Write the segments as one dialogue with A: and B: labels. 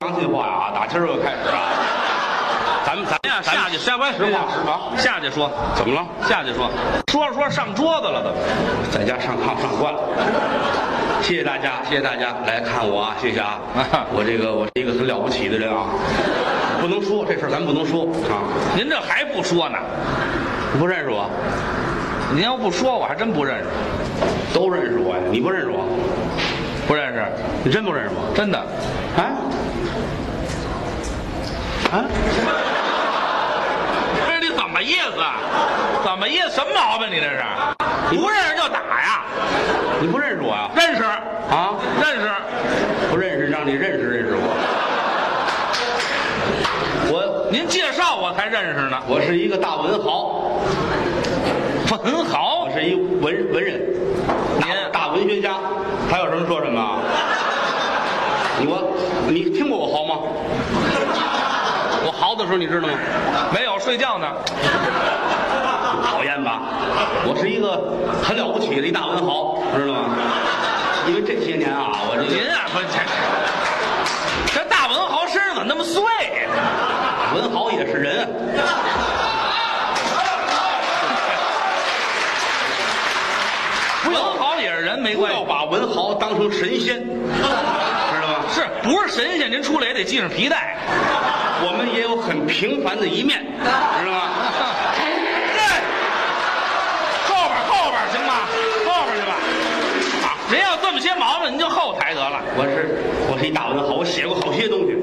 A: 良心话啊，打今儿个开始啊，哎咱们咱
B: 呀，
A: 咱
B: 下去，下回
A: 实话实话
B: 下去说，
A: 怎么了？
B: 下去说，说着说着上桌子了，怎么？
A: 在家上炕上惯了。谢谢大家，谢谢大家来看我啊，谢谢啊！我这个我是一个很了不起的人啊，不能说这事儿，咱不能说啊！
B: 您这还不说呢？
A: 你不认识我，
B: 您要不说，我还真不认识，
A: 都认识我呀，你不认识我，
B: 不认识，
A: 你真不认识我？
B: 真的。
A: 啊啊！
B: 不是你怎么意思？啊？怎么意思？什么毛病？你这是不认识就打呀？
A: 你不认识我呀？
B: 认识，
A: 啊，
B: 认识，
A: 不认识，让你认识认识我。我
B: 您介绍我才认识呢。
A: 我是一个大文豪，
B: 文豪
A: 我，是一文文人，大
B: 您
A: 大文学家，还有什么说什么啊？你我你听过我豪吗？我豪的时候你知道吗？
B: 没有睡觉呢，
A: 讨厌吧？我是一个很了不起的一大文豪，知道吗？因为这些年啊，我这
B: 您啊，不这这大文豪身上怎么那么碎？
A: 文豪也是人，啊
B: 文豪也是人，没
A: 不
B: 关
A: 要
B: 系。
A: 把文豪当成神仙，知道吗？
B: 是不是神仙？您出来也得系上皮带。
A: 我们也有很平凡的一面，知道吗？
B: 哎后边后边行吗？后边去吧。啊，您要这么些毛病，您就后台得了。
A: 我是我是一大文豪，我写过好些东西，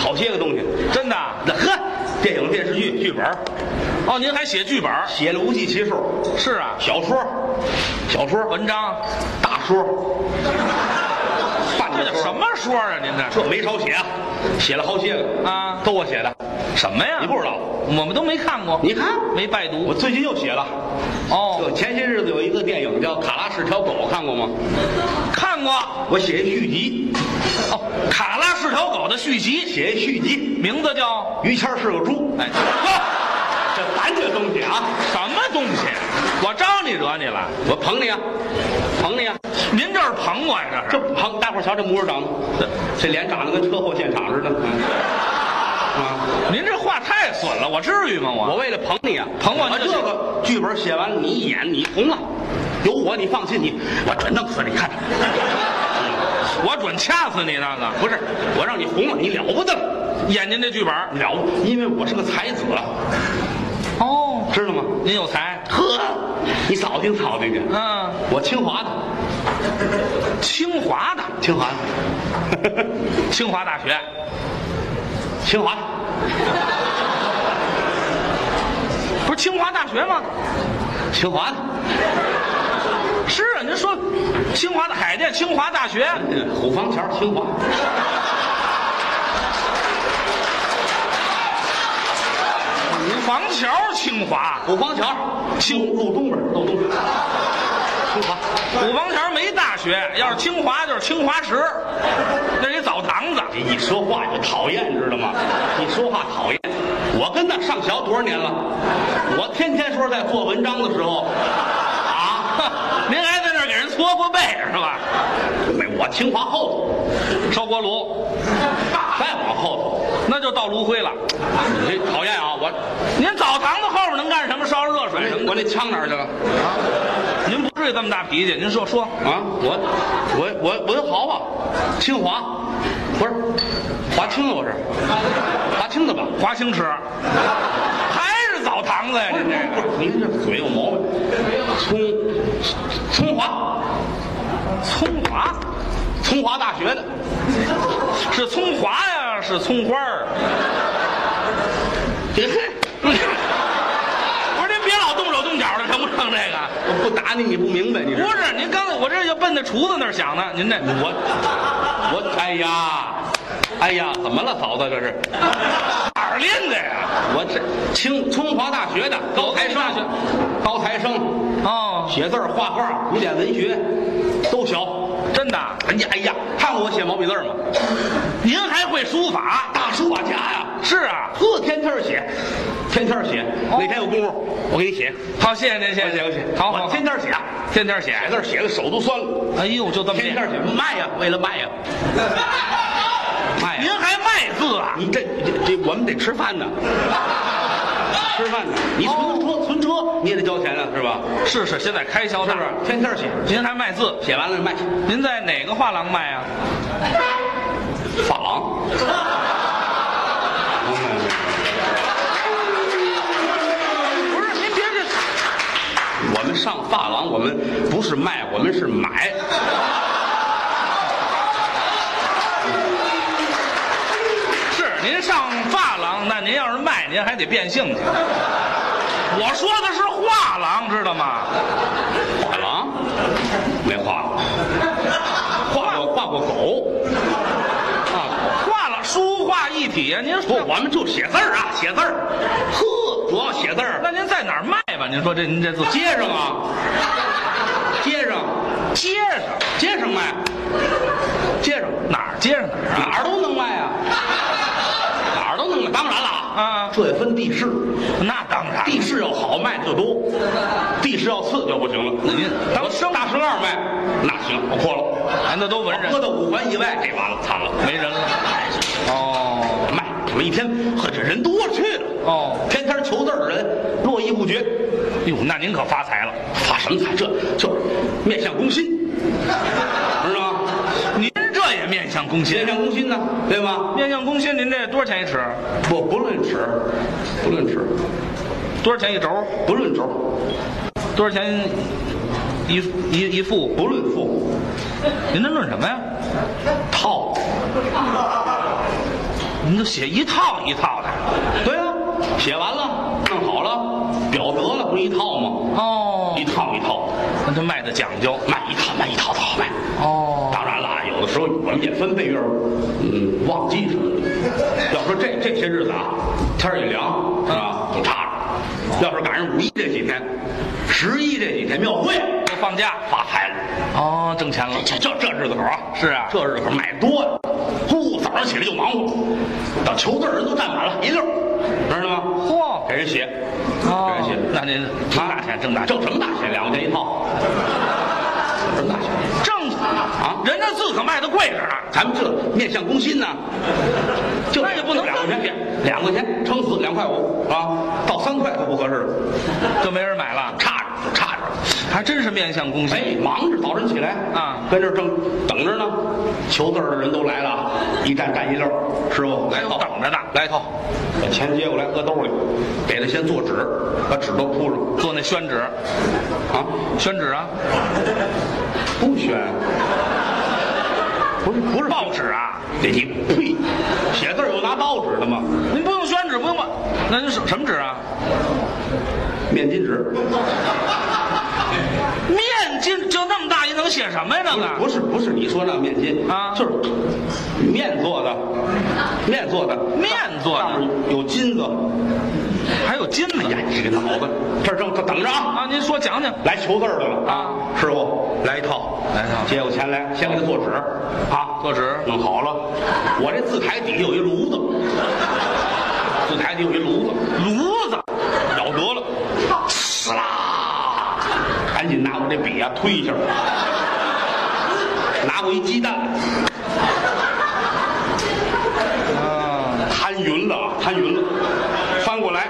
A: 好些个东西。
B: 真的？啊
A: 那呵，电影、电视剧、剧本儿
B: 哦，您还写剧本？
A: 写了无计其数，
B: 是啊，
A: 小说、小说、
B: 文章，
A: 大说、半
B: 这
A: 个
B: 叫
A: 说
B: 什？么说啊？您这
A: 这没少写啊，写了好些个
B: 啊
A: 都我写的。
B: 什么呀？
A: 你不知道？
B: 我们都没看过。
A: 你看，
B: 没拜读
A: 我。最近又写了。
B: 哦
A: 就，前些日子有一个电影叫《卡拉是条狗》，看过吗？
B: 看过。
A: 我写一续集，
B: 哦，卡拉是条狗的续集，
A: 写一续集。
B: 名字叫……
A: 于谦儿是个猪，
B: 哎，呵
A: 这咱这东西啊，
B: 什么东西？我招你惹你了？
A: 我捧你啊，捧你啊，
B: 您这是捧我呀？
A: 这
B: 这是？
A: 捧，大伙儿瞧这模样长得，这脸长得跟车祸现场似的。 啊，
B: 您这话太损了，我至于吗？我
A: 我为了捧你啊，
B: 捧我
A: 我
B: 你
A: 这
B: 就行
A: 个剧本写完，你一演你红了，有我你放心，你我准弄死你看着。
B: 我准掐死你那个！
A: 不是，我让你红了，你了不得了，
B: 演您这剧本儿
A: 了不，因为我是个才子啊，
B: 哦，
A: 知道吗？
B: 您有才，
A: 呵，你扫听扫听去，
B: 嗯，
A: 我清华的，
B: 清华的，
A: 清华的，
B: 清华大学，
A: 清华的。
B: 不是清华大学吗？
A: 清华的，
B: 是啊，您说清华的海淀清华大学，
A: 嗯虎坊桥清华，
B: 五房桥清华，
A: 虎坊桥清路东边，路东边，清华。
B: 五房桥没大学，要是清华就是清华池，那是一澡堂子。
A: 你一说话就讨厌，知道吗？一说话讨厌。我跟他上学多少年了，我天天说在做文章的时候，啊，
B: 您还在那儿给人搓过背是吧？
A: 没我清华后
B: 烧锅炉，
A: 头，再往后头，
B: 那就倒炉灰了。哎
A: 你这讨厌啊！我
B: 您澡堂子后边能干什么？烧热水什么
A: 我那枪哪儿去了？
B: 的？您不至于这么大脾气。您说说，
A: 啊，我我我文豪啊，清华，不是华清的，我是华清的吧？
B: 华清池，还是澡堂子呀？
A: 不是
B: 您这个
A: 您这嘴有毛病。葱，葱华，
B: 葱华
A: 葱华大学的，
B: 是葱华呀，是葱花儿。 不是您别老动手动脚的，成不成这个？
A: 我不打你你不明白，你
B: 不是，您刚才我这就奔着厨子那儿想呢。您这
A: 我我哎呀，哎呀，怎么了，嫂子这是？
B: 哪儿练的呀？
A: 我这
B: 嗯
A: 清葱华大学的高材生
B: 有葱华大，
A: 高材生，
B: 哦，
A: 写字儿画画古典文学都学。
B: 真的，啊
A: 哎呀哎呀，看过我写毛笔字儿吗？
B: 您还会书法？
A: 大书法家呀、
B: 是啊，
A: 呵，天天儿写，天天儿写，
B: 哦
A: 哪天有功夫我给你写。
B: 好，谢谢您，谢
A: 我
B: 谢
A: 写我写
B: 您，，好好，
A: 我天
B: 天
A: 天儿写，
B: 天天写
A: 写，字儿写的手都酸了，
B: 哎呦，就这么
A: 天
B: 练
A: 天。儿写卖呀，为了卖呀，卖
B: 您
A: 呀，
B: 还带字啊！
A: 你这这这，我们得吃饭呢，吃饭呢。你
B: 哦
A: 存车存车，你也得交钱啊呢，是吧？
B: 是是，现在开销
A: 是
B: 大
A: 不。是？天天写，
B: 您还卖字？
A: 写完了卖
B: 您在哪个画廊卖啊？
A: 发 廊。
B: 不是，您别这
A: 我们上发廊，我们不是卖，我们是买。
B: 是您上发廊，那您要是卖，您还得变性去。我说的是画廊，知道吗？
A: 画廊没画过，画过画过狗啊，
B: 画廊书画一体啊，您
A: 不，我们就写字儿啊，写字儿，呵，主要写字儿
B: 那，您在哪儿卖吧？您说这您这字
A: 街上啊，街上，
B: 街上
A: 街上卖，街上
B: 哪儿街上哪儿啊？
A: 哪儿都能卖啊，哪儿都能卖，当然了
B: 啊
A: 这也分地市，
B: 那当然
A: 地市要好卖的就多，地市要次就不行了。
B: 那您
A: 当生大生二卖，那行，我破了。
B: 男的都文人
A: 搁，到五环以外，这完了，惨了，
B: 没人了。哦
A: 卖。我们一天，呵，这人多了去了，
B: 哦，
A: 天天求字儿的人络绎不绝，
B: 哟，哎那您可发财了。
A: 发什么财？这就是面向工薪，知道吗？
B: 您这也面向工
A: 面
B: 薪，
A: 向工薪呢，对吗？
B: 面向工薪，您这多少钱一尺？
A: 不不论尺，不论尺，
B: 多少钱一轴？
A: 不论轴，
B: 多少钱一一一副？
A: 不论副，
B: 您这论什么呀？
A: 套，
B: 您都写一套一套的。
A: 对啊，写完了，弄好了，表得了，不是一套吗？
B: 哦
A: 一套一套，
B: 那他卖的讲究。
A: 卖一套卖一套的好卖。
B: 哦，
A: 当然了，有的时候我们也分配月务，嗯，旺季什么的。要说这这些日子啊，天儿一凉是吧，挺差着。要是赶上五一这几天，十一这几天庙会，
B: 都放假。
A: 发财了。
B: 哦，挣钱了。
A: 这这这日子口啊，
B: 是啊
A: 这日子口买多呀，呼，早上起来就忙活，到求字儿人都站满了，一溜儿，知道吗？
B: 嚯
A: 给人写，给人
B: 哦，
A: 写，
B: 那您挣大钱，挣大钱，
A: 挣什么大钱？两块钱一套，挣大钱。
B: 挣啊！人家字可卖的贵着呢。
A: 咱们这面向工薪呢，就
B: 那也不能
A: 两块钱，两块钱撑死两块五啊，到三块都不合适了，
B: 就没人买了，
A: 差着差着。
B: 还真是面向工薪。
A: 哎，忙着早晨起来
B: 啊
A: 跟这儿正等着呢，求字儿的人都来了，一站站一溜儿。师傅来一套，
B: 等着呢
A: 来一套，把钱接过来搁兜里，给他先做纸，把纸都铺上
B: 做那宣纸，
A: 啊，
B: 宣纸啊，
A: 不宣，不是不是
B: 报纸啊，
A: 你你呸，写字儿有拿报纸的吗？
B: 您不用宣纸，不用报，那您是什么纸啊？
A: 面巾纸。
B: 面筋就那么大一能写什么呀？那
A: 不
B: 个
A: 是不是，你说那面筋
B: 啊
A: 就是面做的，面做的，
B: 面做
A: 上
B: 的，
A: 面有金子。
B: 还有金呢
A: 哎呀，你这个脑子，这儿正这等着啊，
B: 啊！您说讲讲
A: 来求字儿的了
B: 啊！
A: 师傅，来一套，
B: 来一套
A: 接过钱来，先给他做纸啊，
B: 做纸
A: 弄好了。我这字台底下有一炉 子，字台底有一炉子，
B: 炉子，
A: 扰得了，呲啦！赶紧拿我这笔啊推一下，拿过一鸡蛋，摊匀了啊，摊匀了，翻过来，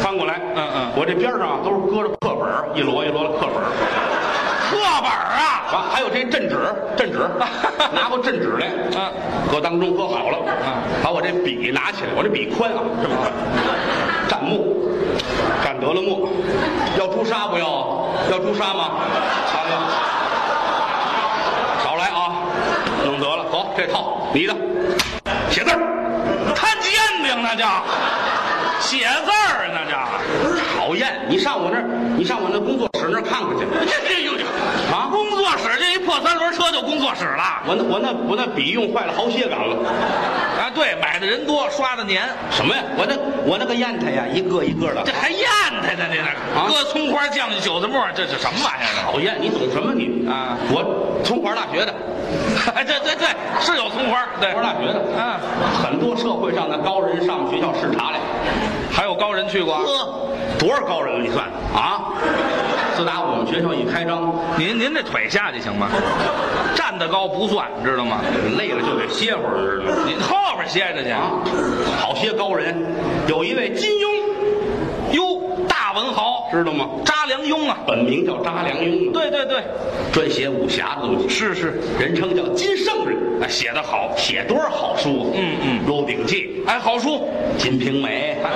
A: 翻过来，
B: 嗯嗯
A: 我这边上啊都是搁着课本儿，一摞一摞的课本儿，
B: 课本啊，
A: 啊，还有这镇纸，镇纸，拿过镇纸来，
B: 嗯，
A: 搁当中搁好了，把我这笔拿起来，我这笔宽啊，这么宽，
B: 嗯
A: 蘸墨，蘸得了墨，要朱砂不要啊？要朱砂吗？啊要少来啊，弄得了，走，这套你的，写字儿。
B: 摊煎饼那叫，写字儿那叫，
A: 讨厌！你上我那儿，你上我那工作室那儿看看去。
B: 这有
A: 啊
B: 工作室这一破三轮车就工作室了
A: 我那我那我那笔用坏了好些杆了。
B: 啊！对，买的人多，刷的粘，
A: 什么呀？我那我那个砚台呀，一个一个的
B: 这。还砚台呢，这
A: 啊
B: 那搁葱花酱韭菜末，这是什么玩意儿？
A: 讨厌！你懂什么你？
B: 啊
A: 我从华大学的，
B: 哎，对对对，是有葱花，对，
A: 华大学的。
B: 啊，
A: 很多社会上的高人上我们学校视察来。
B: 还有高人去过，啊
A: 啊呵，多少高人了？你算啊？自打我们学校一开张，
B: 您您这腿下去行吗？站得高不算，知道吗？
A: 累了就得歇会儿，知道吗？
B: 您后边歇着去。
A: 啊，好些高人，有一位金庸，
B: 哟，大文豪
A: 知道吗？
B: 查良镛啊，
A: 本名叫查良镛，
B: 对对对，
A: 专写武侠的东西，
B: 是是，
A: 人称叫金圣人。
B: 哎，写得好，
A: 写多少好书啊？
B: 嗯嗯
A: 《鹿鼎记
B: 哎，好书，》
A: 《金瓶梅》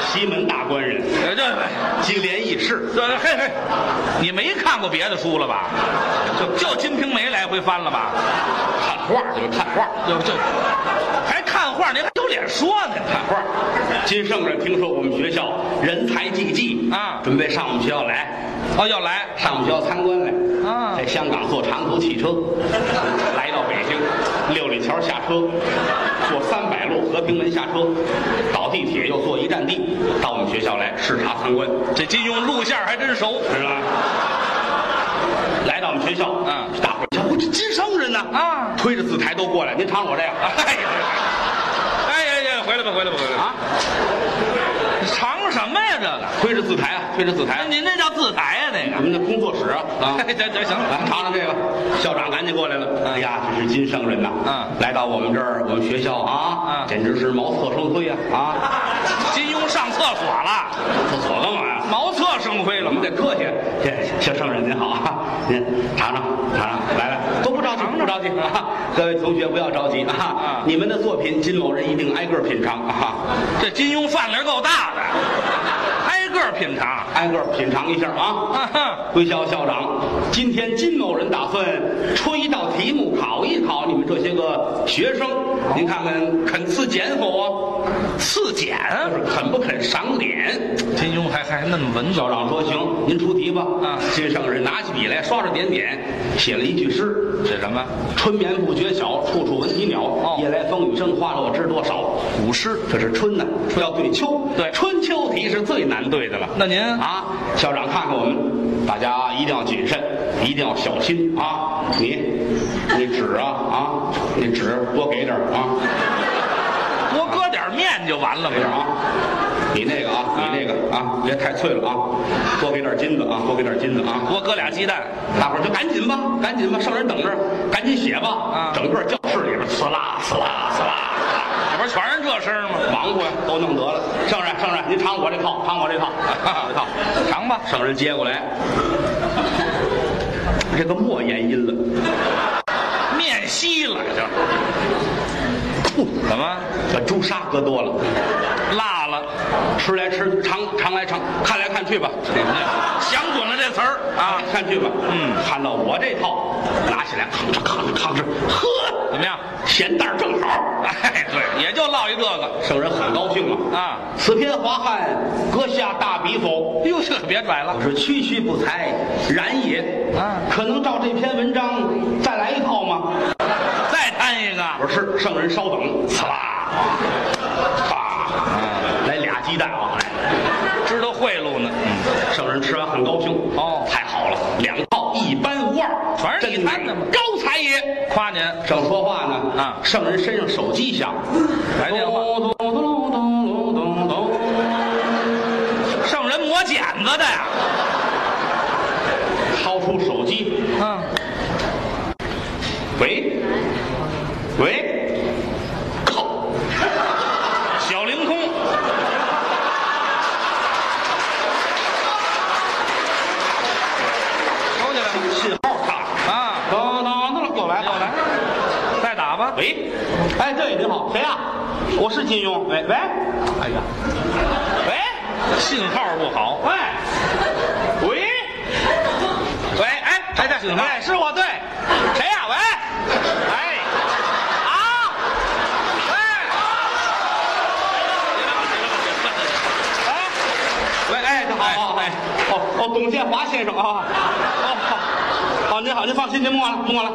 A: 西门大官人》
B: 哎这
A: 《金莲轶事》
B: 这嘿嘿，你没看过别的书了吧？就就《金瓶梅》来回翻了吧？
A: 看画就是看画，
B: 就就还看画，您还有脸说呢？
A: 看画。金圣人听说我们学校人才济济
B: 啊
A: 准备上我们学校来，
B: 哦，要来
A: 上我们学校参观来。
B: 啊
A: 在香港坐长途汽车， 来到北京，六里桥下车，坐三百路和平门下车，倒地铁又坐一站地，到我们学校来视察参观，
B: 这金庸路线还真熟
A: 是吧？来到我们学校，
B: 嗯
A: 大伙儿瞧，我这金圣人呢，
B: 啊
A: 推着字台都过来，您尝我这个，
B: 哎呀，哎呀呀，回来吧，回来吧，回来吧！藏什么呀？这个，
A: 啊推着字台啊，推着字台
B: 哎，，您那叫自裁呀、那
A: 我
B: 个。
A: 们的工作室啊，啊。
B: 哎，行行行
A: 来
B: 了，
A: 尝尝这个，校长赶紧过来了。哎呀，这是金圣人呐！
B: 嗯
A: 来到我们这儿，我们学校啊，
B: 嗯
A: 简直是茅厕生辉啊！啊，
B: 金庸上厕所了，
A: 厕所干嘛呀？
B: 茅厕生辉
A: 我
B: 了
A: 们。得客气，谢谢圣人您好啊， 您尝尝尝尝，来来，都不着急，不着急啊，各位同学不要着急啊
B: 啊，
A: 你们的作品金某人一定挨个品尝啊，
B: 这金庸饭量够大的，挨个品尝。
A: 挨个品尝一下啊。
B: 啊哈，
A: 贵校校长，今天金某人打算出一道题目考一考你们这些个学生，您看看肯赐检否啊？
B: 刺检，
A: 就是肯不肯赏脸？
B: 金庸还还那么文绉
A: 校长说行，您出题吧。
B: 啊
A: 金圣人拿起笔来，刷刷点点，写了一句诗。
B: 这什么？
A: 春眠不觉晓，处处闻啼鸟。
B: 哦
A: 夜来风雨声，花落知多少。
B: 古诗。
A: 这是春呐、春要对秋，
B: 对
A: 春秋题是最难对的了。
B: 那您
A: 啊，校长看看我们，大家一定要谨慎，一定要小心啊！你，你纸啊啊，你纸多给点儿啊，
B: 多搁点面就完了，不
A: 给点儿啊。你那个啊，你那个啊，别太脆了啊，多给点儿金子啊，多给点儿金子啊。
B: 多搁俩鸡蛋。
A: 大伙儿就赶紧吧，赶紧吧，上人等着，赶紧写吧。
B: 啊
A: 整个教室里边呲啦呲啦呲啦呲啦。
B: 这不是全是这声儿吗？
A: 忙活呀，都弄得了。圣人，圣人，您尝我这套，尝我这套， 尝我这套。
B: 尝吧，
A: 圣人接过来，这个墨延音了，
B: 面稀了就。怎么
A: 把朱砂搁多了，
B: 辣了？
A: 吃来吃去，尝尝来尝，看来看去吧，
B: 想准了这词儿
A: 啊
B: 啊？，
A: 看去吧。
B: 嗯，
A: 看到我这套，拿起来，吭哧吭哧吭哧，呵，
B: 怎么样？
A: 咸蛋儿正好。
B: 哎，对，也就落一这个
A: 圣人很高兴啊。
B: 啊。
A: 此篇华汉，阁下大笔否？
B: 哟，这别拽
A: 我
B: 了，
A: 是区区不才，然也。
B: 啊
A: 可能照这篇文章再来一套吗？
B: 再摊一个。啊
A: 我是圣人稍等，呲啦，啪，来俩鸡蛋啊！
B: 知道贿赂呢。嗯
A: 圣人吃完很高兴，
B: 哦
A: 太好了，两套一般无二，
B: 全是一摊的嘛
A: 真乃高才也。
B: 夸您，
A: 正说话呢，
B: 啊
A: 圣人身上手机响，
B: 来电话
A: 咚咚咚咚咚咚咚，
B: 圣人磨剪子的呀。
A: 掏出手机，
B: 嗯，
A: 喂，喂，靠，
B: 小灵通。收起来吧
A: 信号差，
B: 啊！
A: 咚咚咚，又来了
B: 又来，再打吧。
A: 喂，哎，对，您好，谁呀、我是金庸。喂喂，哎呀，喂
B: 信号不好。
A: 喂喂
B: 喂，哎，哎对，
A: 信号
B: 哎，是我对，谁呀、喂，哎，啊，
A: 哎
B: 喂，
A: 喂，哎，这好好好，哎，哦哦，董建华先生啊，哦好，哦您好，您放心，您莫了莫了，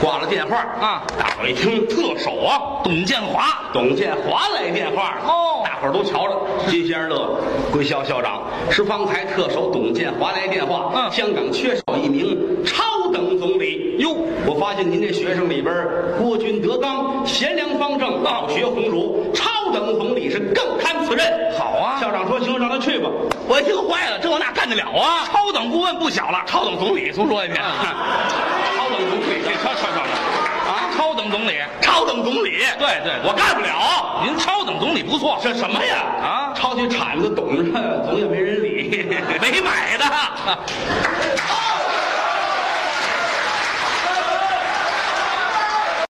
A: 挂了电话
B: 啊
A: 大伙儿一听特首啊，
B: 董建华，
A: 董建华来电话
B: 哦
A: 大伙儿都瞧着，金先生乐了，贵校校长是方才特首董建华来电话，
B: 嗯
A: 香港缺少一名超等总理，
B: 哟
A: 我我发现您这学生里边儿，郭俊德纲、贤良方正、
B: 嗯
A: 好学鸿儒、超等红礼是更堪此任。
B: 好啊
A: 校长说行，让他去吧。我一听坏了，这我哪干得了啊？
B: 超等顾问不小了，
A: 超等总理，
B: 重说一遍，
A: 嗯 超等总理，
B: 超超超超啊，超等总理，
A: 超等总理，
B: 对对，
A: 我干不了。
B: 您超等总理不错，
A: 这什么呀？
B: 啊
A: 抄 起铲子，懂着，总也没人理，没买的。